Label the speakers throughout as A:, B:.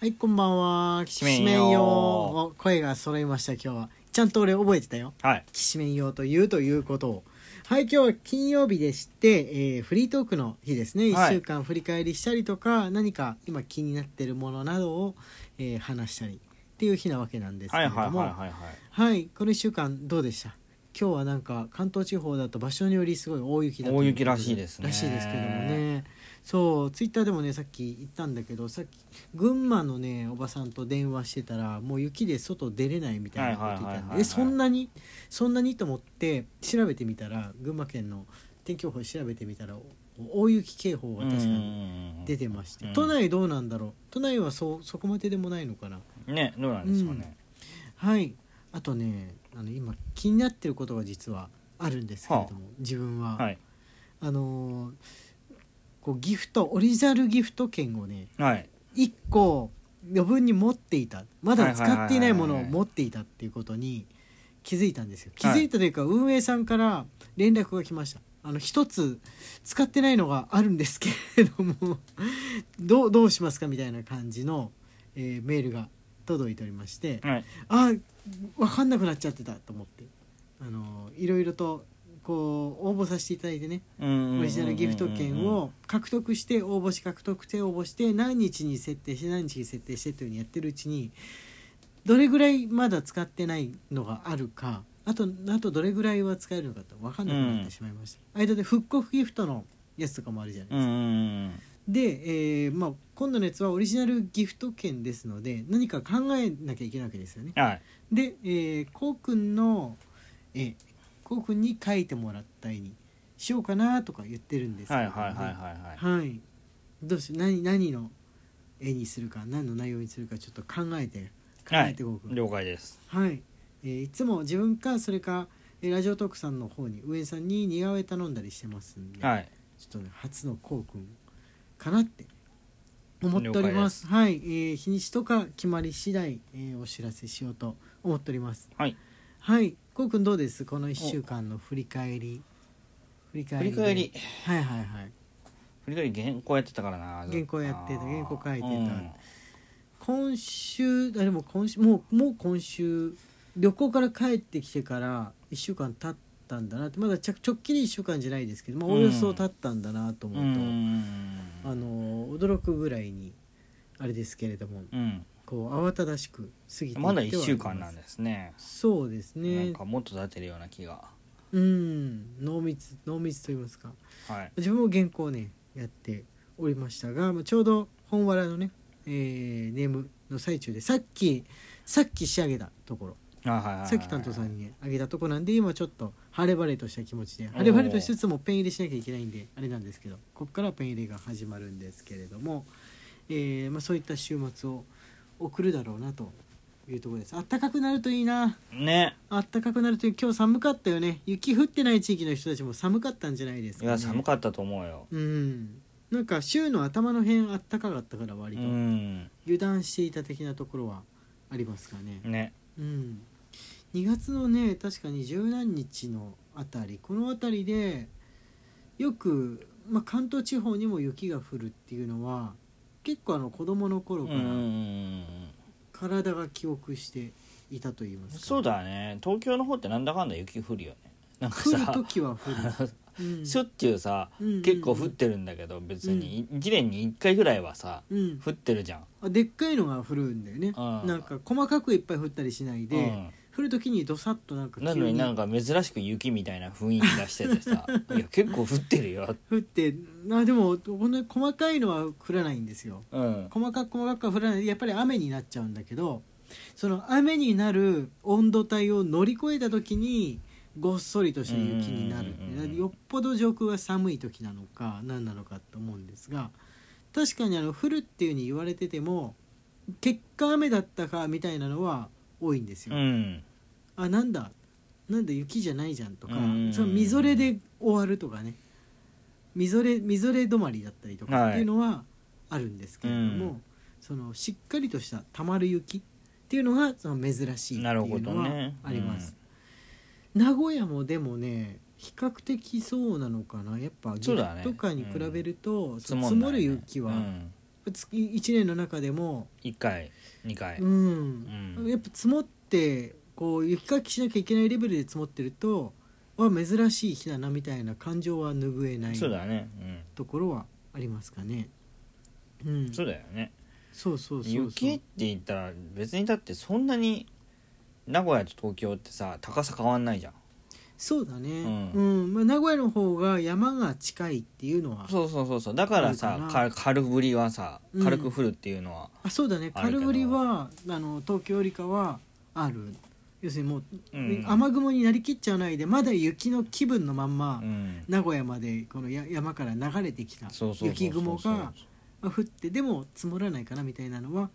A: はい、こんばんは。
B: きしめんよ
A: お声が揃いました、今日は。ちゃんと俺覚えてたよ。
B: はい。
A: きしめんよというということを。はい、今日は金曜日でして、えーフリートークの日ですね。
B: は
A: 1
B: い
A: 週間振り返りしたりとか、何か今気になってるものなどを、えー話したりっていう日なわけなんですけ
B: はい
A: れ
B: はいは
A: ど
B: い
A: も。
B: はいはい。
A: はい、この1週間どうでした今日はなんか関東地方だと場所によりすごい大雪だとうこ
B: 大
A: と
B: 雪らしいですね
A: らしいですけどもねそうツイッターでもねさっき言ったんだけどさっき群馬のねおばさんと電話してたらもう雪で外出れないみたいなこと言ってたんで、
B: はいはいはいはい
A: えそんなにそんなにと思って調べてみたら群馬県の天気予報調べてみたらお大雪警報が確かに
B: に
A: 出てまして、
B: うん
A: 都内どうなんだろう都内はそうそこまででもないのかな
B: ね、どうなんですかね。
A: はいあとねあの今気になってることが実はあるんですけれども、自分は、
B: はい。
A: あのーこうギフトオリジナルギフト券をね
B: はい。
A: 1個余分に持っていたまだ使っていないもの
B: はいはいは
A: を
B: いはい
A: 持っていたっていうことに気づいたんですよ気づいたというか、運営さんから連絡が来ましたあの一つ使ってないのがあるんですけれどもどうどうしますかみたいな感じの、えーメールが届いておりまして、
B: はい。
A: あ分かんなくなっちゃってたと思ってあのいろいろとこう応募させていただいてね
B: オ
A: オリジナルギフト券を獲得して応募し獲得して応募して何日に設定して何日に設定してというふうにやってるうちにどれぐらいまだ使ってないのがあるかあとあとどれぐらいは使えるのかと分かんなくなってしまいました、間で復刻ギフトのやつとかもあるじゃないで
B: う
A: すか
B: んうんうん
A: で、えーまあ、今度のやつはオリジナルギフト券ですので何か考えなきゃいけないわけですよね。
B: うん。はい。
A: で、えー、こうくんの絵こうくんに描いてもらった絵にしようかなとか言ってるんですけ
B: は
A: ど
B: い
A: ね
B: はいはいはい
A: はい、どうし何何の絵にするか何の内容にするかちょっと考えて考
B: はい。は
A: え
B: い
A: てこうくん。
B: 了解です。
A: はい、えーいつも自分かそれかえーラジオトークさんの方に上さんに似顔絵頼んだりしてますんで、
B: はい。
A: ちょっとね初のこうくんかなって思っておりますはい、えー日にちとか決まり次第、えーお知らせしようと思っております
B: はい。
A: はいこうくんどうですこの1週間の振り返り振り返
B: 振
A: り
B: り返り
A: で、はいはいはい
B: 振り返り原稿やってたからな。ずっと
A: 原稿やってた原稿書いてた
B: うん
A: 今週あでも今週もうもう今週旅行から帰ってきてから1週間経ったんだなってまだちゃ直近で1週間じゃないですけどまあおおよそ経ったんだなと思
B: う
A: うと、
B: ん。
A: あの驚くぐらいにあれですけれども
B: うん。
A: こう慌ただしく過ぎていっては
B: まだ一週間なん
A: で
B: ですね。
A: そうです
B: な
A: ね
B: んかもっと経ってるような気が。
A: うん濃密濃密と言いますか
B: はい。
A: 自分も原稿をねやっておりましたがまあちょうど本わらのね、えーネームの最中でさっきさっき仕上げたところ
B: はいはいはいはい。
A: さっき担当さんにねあげたとこなんで今ちょっと晴れ晴れとした気持ちで晴れ晴れとしつつもペン入れしなきゃいけないんであれなんですけどこっからペン入れが始まるんですけれども、えーまあ、そういった週末を送るだろうなというところですあったかくなるといいな
B: ね。
A: あったかくなるといい今日寒かったよね雪降ってない地域の人たちも寒かったんじゃないですか、
B: い
A: ね、
B: や寒かったと思うよ。
A: うんなんか週の頭の辺あったかかったから割
B: う
A: と
B: ん。
A: 油断していた的なところはありますかね、
B: ね。
A: うん、2月のね確かに十何日のあたりこのあたりでよく、まあ、関東地方にも雪が降るっていうのは結構あの子供の頃
B: うん
A: か
B: うんうんう
A: ら
B: ん。
A: 体が記憶していたと言いますか、
B: そうだね東京の方ってなんだかんだ雪降るよねなんか
A: 降る
B: さ
A: 時は降 る、うん
B: しょっちゅうさ、
A: うんうんうん
B: 結構降ってるんだけど別に1年に1回ぐらいはさ、
A: うん、
B: 降ってるじゃん
A: あでっかいのが降るんだよね
B: あー
A: なんか細かくいっぱい降ったりしないで、降る時にどさっとなん
B: う
A: か
B: ん、なのになんか珍しく雪みたいな雰囲気出してて さいや結構降ってるよ、
A: 降ってあでもこんな細かいのは降らないんですよ
B: うん、
A: 細かく細かくは降らないやっぱり雨になっちゃうんだけどその雨になる温度帯を乗り越えた時にごっそりとした雪になる
B: うんうんうんうん
A: よっぽど上空が寒い時なのか何なのかと思うんですが確かにあの降るっていうふうに言われてても結果雨だったかみたいなのは多いんです
B: う
A: よ。
B: ん
A: あなんだなんだ雪じゃないじゃんとか
B: うん
A: そのみぞれで終わるとかねみぞれみぞれ止まりだったりとか
B: はい
A: っていうのはあるんですけれども、
B: うん
A: そのしっかりとしたたまる雪っていうのがその珍しいって
B: なる
A: い
B: ほ
A: うの
B: ど
A: は
B: ね
A: あります、名古屋もでもね比較的そうなのかなやっぱ岐
B: そうだ
A: 阜
B: ね
A: とかに比べると、そ
B: 積
A: の
B: も
A: 積
B: んな
A: も
B: い
A: る
B: ね
A: 雪は、
B: うん
A: 月1年の中でも、
B: 1回2回、
A: うん
B: うん
A: やっぱ積もってこう雪かきしなきゃいけないレベルで積もってるとは珍しい日だなみたいな感情は拭えない
B: そうだね、うん、
A: ところはありますかね。うん、
B: そうだよね
A: そうそうそうそ
B: 雪っ
A: う
B: て言ったら別にだってそんなに名古屋と東京ってさ高さ変わんないじゃん
A: そうだね、
B: うん
A: うんまあ、名古屋の方が山が近いっていうのは
B: そうそうそうそうだから
A: あ
B: さ
A: る
B: か
A: か
B: 軽ぶりはさ
A: うん
B: 軽く降るっていうのは、
A: あそうだね
B: あるけど
A: 軽ぶりはあの東京よりかはある要するにもう、
B: うん
A: 雨雲になりきっちゃわないでまだ雪の気分のまんま、
B: うん、
A: 名古屋までこのや山から流れてきた
B: そうそうそうそう
A: 雪雲がまあ降ってでも積もらないかなみたいなのは、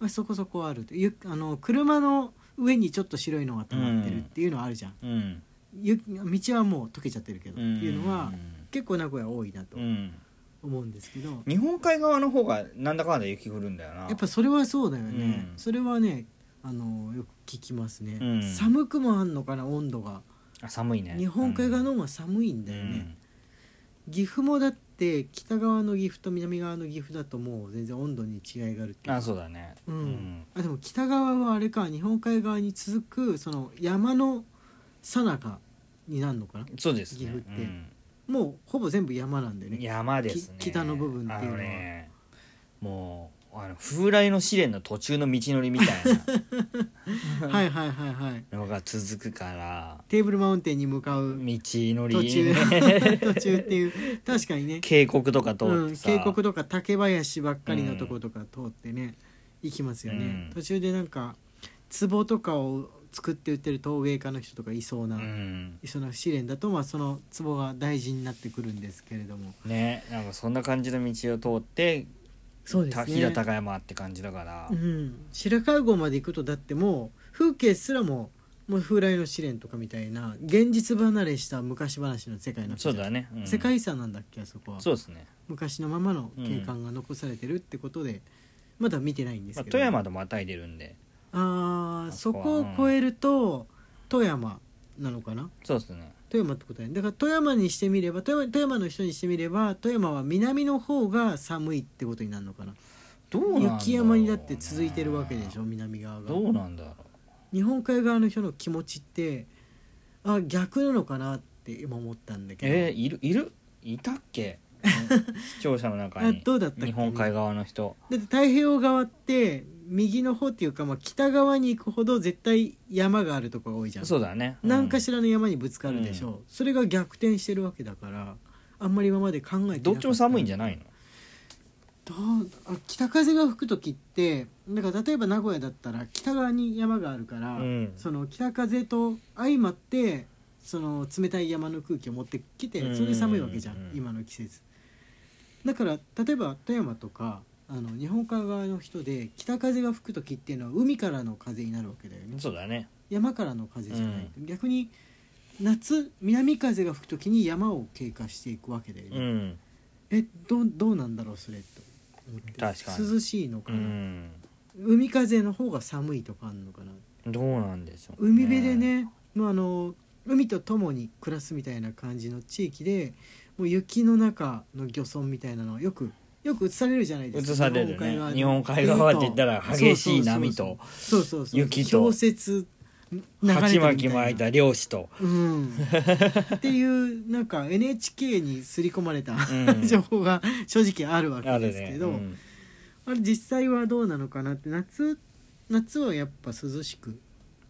A: まあ、そこそこあるとゆあの車の上にちょっと白いのが溜まってるっていうのはあるじゃん、
B: うん
A: 雪道はもう溶けちゃってるけど、
B: うん
A: っていうのは結構名古屋多いなと
B: うん
A: 思うんですけど、
B: 日本海側の方がなんだかんだ雪降るんだよな
A: やっぱそれはそうだよね、
B: うん
A: それはねあのよく聞きますね、
B: うん
A: 寒くもあんのかな温度が
B: あ寒いね
A: 日本海側の方が寒いんだよね、岐阜もだって北側の岐阜と南側の岐阜だともう全然温度に違いがあるって
B: うん
A: いう
B: あ
A: か
B: そうだね
A: うんあでも北側はあれか日本海側に続くその山の最中になるのかな
B: そうですね
A: 岐阜って
B: うん
A: もうほぼ全部山なんでね
B: 山ですね
A: き北の部分っていうのは
B: あねもうあの風来の試練の途中の道のりみたい
A: はいはいはいはい
B: なのが続くから
A: テーブルマウンテンに向か
B: 道
A: う
B: のり
A: 途中 途中っていう確かにね、
B: 渓谷とか通
A: う
B: っ
A: ん、
B: てさ、
A: 渓谷とか竹林ばっかりのとことか通ってね、行きますよね、
B: うん
A: 途中でなんか壺とかを作って売ってる陶芸家の人とかいそうな、
B: うん
A: その試練だとまあその壺が大事になってくるんですけれども
B: ねなんかそんな感じの道を通って
A: そうです
B: た
A: ね
B: 飛騨高山って感じだから、
A: うん、白川郷まで行くとだってもう風景すらももう風来の試練とかみたいな現実離れした昔話の世界の
B: そうだね、うん
A: 世界遺産なんだっけあそこは
B: そうですね、
A: 昔のままの景観が残されてるってことで、まだ見てないんです
B: まあ、
A: けど、
B: 富山とまたいでるんで
A: あー
B: あそ
A: そ
B: こは
A: こを越えると富山なのかな
B: そうですね
A: 富山ってことだよねだから富山にしてみれば富山富山の人にしてみれば富山は南の方が寒いってことになるのかな
B: どうなんだろうね
A: 雪山にだって続いてるわけでしょ南側が
B: どうなんだろ
A: 日本海側の人の気持ちってあ逆なのかなって今思ったんだ
B: う
A: けど、
B: えーいるいるいたっ けうん視聴者の中に
A: あどうだったっけ
B: 日本海側の人
A: だって太平洋側って右の方っていうか、まあ、北側に行くほど絶対山があるとこが多いじゃん
B: そうだね
A: 何かし
B: ら、
A: らの山にぶつかるでしょう、それが逆転してるわけだからあんまり今まで考えてなか
B: う
A: っ
B: ん
A: た
B: どっちも寒いんじゃないの
A: どうあ北風が吹く時ってだから例えば名古屋だったら北側に山があるから、
B: うん
A: その北風と相まってその冷たい山の空気を持ってきてそれで寒いわけじゃん、
B: うんうんうん
A: 今の季節だから例えば富山とかあの日本海側の人で北風が吹く時っていうのは海からの風になるわけだよね
B: そうだね
A: 山からの風じゃない、逆に夏南風が吹く時に山を経過していくわけだよ
B: う
A: ね、
B: ん
A: えどうどうなんだろうそれと思って
B: 確かに
A: 涼しいのか
B: う
A: な、
B: ん
A: 海風の方が寒いとかあんのかな
B: どうなんでしょう、
A: 海辺でね、もうあの海と共に暮らすみたいな感じの地域でもう雪の中の漁村みたいなのはよくよく映されるじゃないで
B: 映
A: すか
B: されるね日本海側って言ったら激しい波と
A: そうそうそう
B: 雪と
A: 氷雪流れてるみた
B: 鉢
A: いな
B: 巻き巻いた漁師と
A: うん、っていうなんか NHK に刷り込まれた、
B: うん
A: 情報が正直あるわ
B: あ
A: け
B: る
A: です
B: ね
A: けどあ,、
B: うん、
A: れ実際はどうなのかなって夏夏はやっぱ涼しく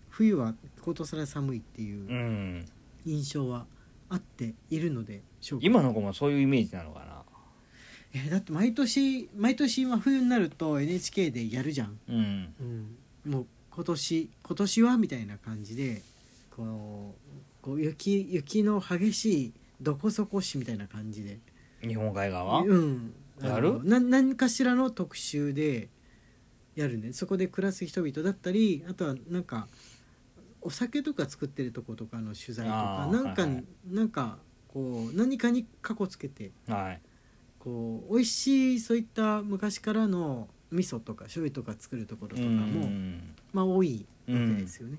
A: 冬はことさら寒いっていううん印象はあっているのでしょうか
B: 今の子もそういうイメージなのかな
A: えーだって毎年毎年今冬になると NHK でやるじゃん、
B: うん
A: うん、もう今年今年はみたいな感じでこうこう雪雪の激しいどこそこ市みたいな感じで
B: 日本海側
A: うんあの
B: やる
A: な何かしらの特集でやるねそこで暮らす人々だったりあとはなんかお酒とか作ってるとことかの取材とか
B: あー
A: なんか
B: はい
A: に、
B: はい
A: なんかこう何かにかこつけて
B: はい
A: こう美味しいそういった昔からの味噌とか醤油とか作るところとかも、
B: うん
A: まあ多いわけですよね、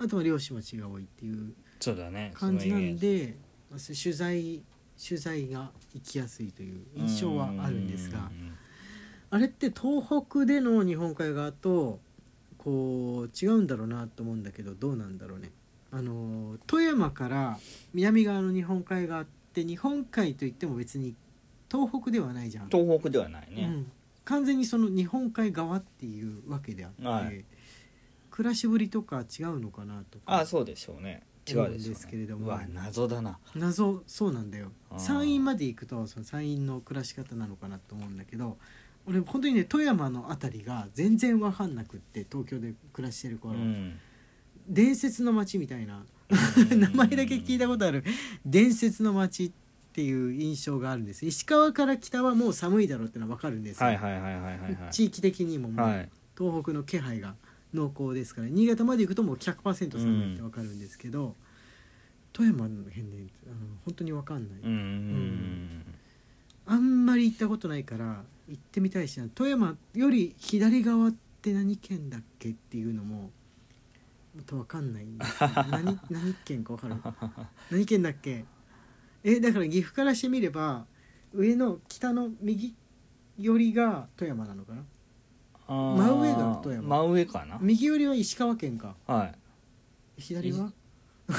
A: あとは漁師町が多いっていう
B: そうだね
A: 感じなん
B: そのイメージ
A: で、まあそういう取材取材が行きやすいという印象はあるんですが、
B: うん
A: あれって東北での日本海側とこう違うんだろうなと思うんだけどどうなんだろうねあの富山から南側の日本海側って日本海といっても別に東北ではないじゃん、
B: 東北ではないうね、
A: ん、完全にその日本海側っていうわけであって、
B: はい
A: 暮らしぶりとか違うのかなと
B: あ
A: か
B: あそうでしょうね違うでしょう、ね、
A: 思うんですけれども
B: うわ謎だな
A: 謎そうなんだよ
B: あー
A: 山陰まで行くとその山陰の暮らし方なのかなと思うんだけど俺本当にね富山の辺りが全然わかんなくって東京で暮らしてる
B: う
A: 頃、
B: ん
A: 伝説の街みたいな 名前だけ聞いたことある伝説の街っていう印象があるんです石川から北はもう寒いだろうってのはわかるんですよ、
B: はいはいはいはいはいはい
A: 地域的にももう
B: はい
A: 東北の気配が濃厚ですから新潟まで行くともう100%寒いってわかるんですけど、富山の辺であの本当にわかんない、
B: うんうんうん
A: あんまり行ったことないから行ってみたいしな富山より左側って何県だっけっていうのもちょっと分かんないんですよ何何県か分かる何県だっけえだから岐阜からしてみれば上の北の右寄りが富山なのかな
B: あー
A: 真上が富山
B: 真上かな
A: 右寄りは石川県か
B: はい
A: 左は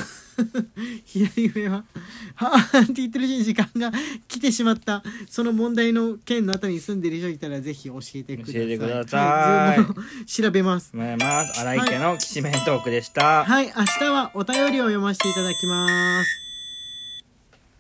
A: 左上ははあって言ってるうちに時間が来てしまったその問題の県の辺りに住んでる人いたらぜひ教えてください
B: 教えてください
A: はいズームを調べます
B: まあまあ荒井家のきしめんトークでした、
A: はい明日はお便りを読ませていただきます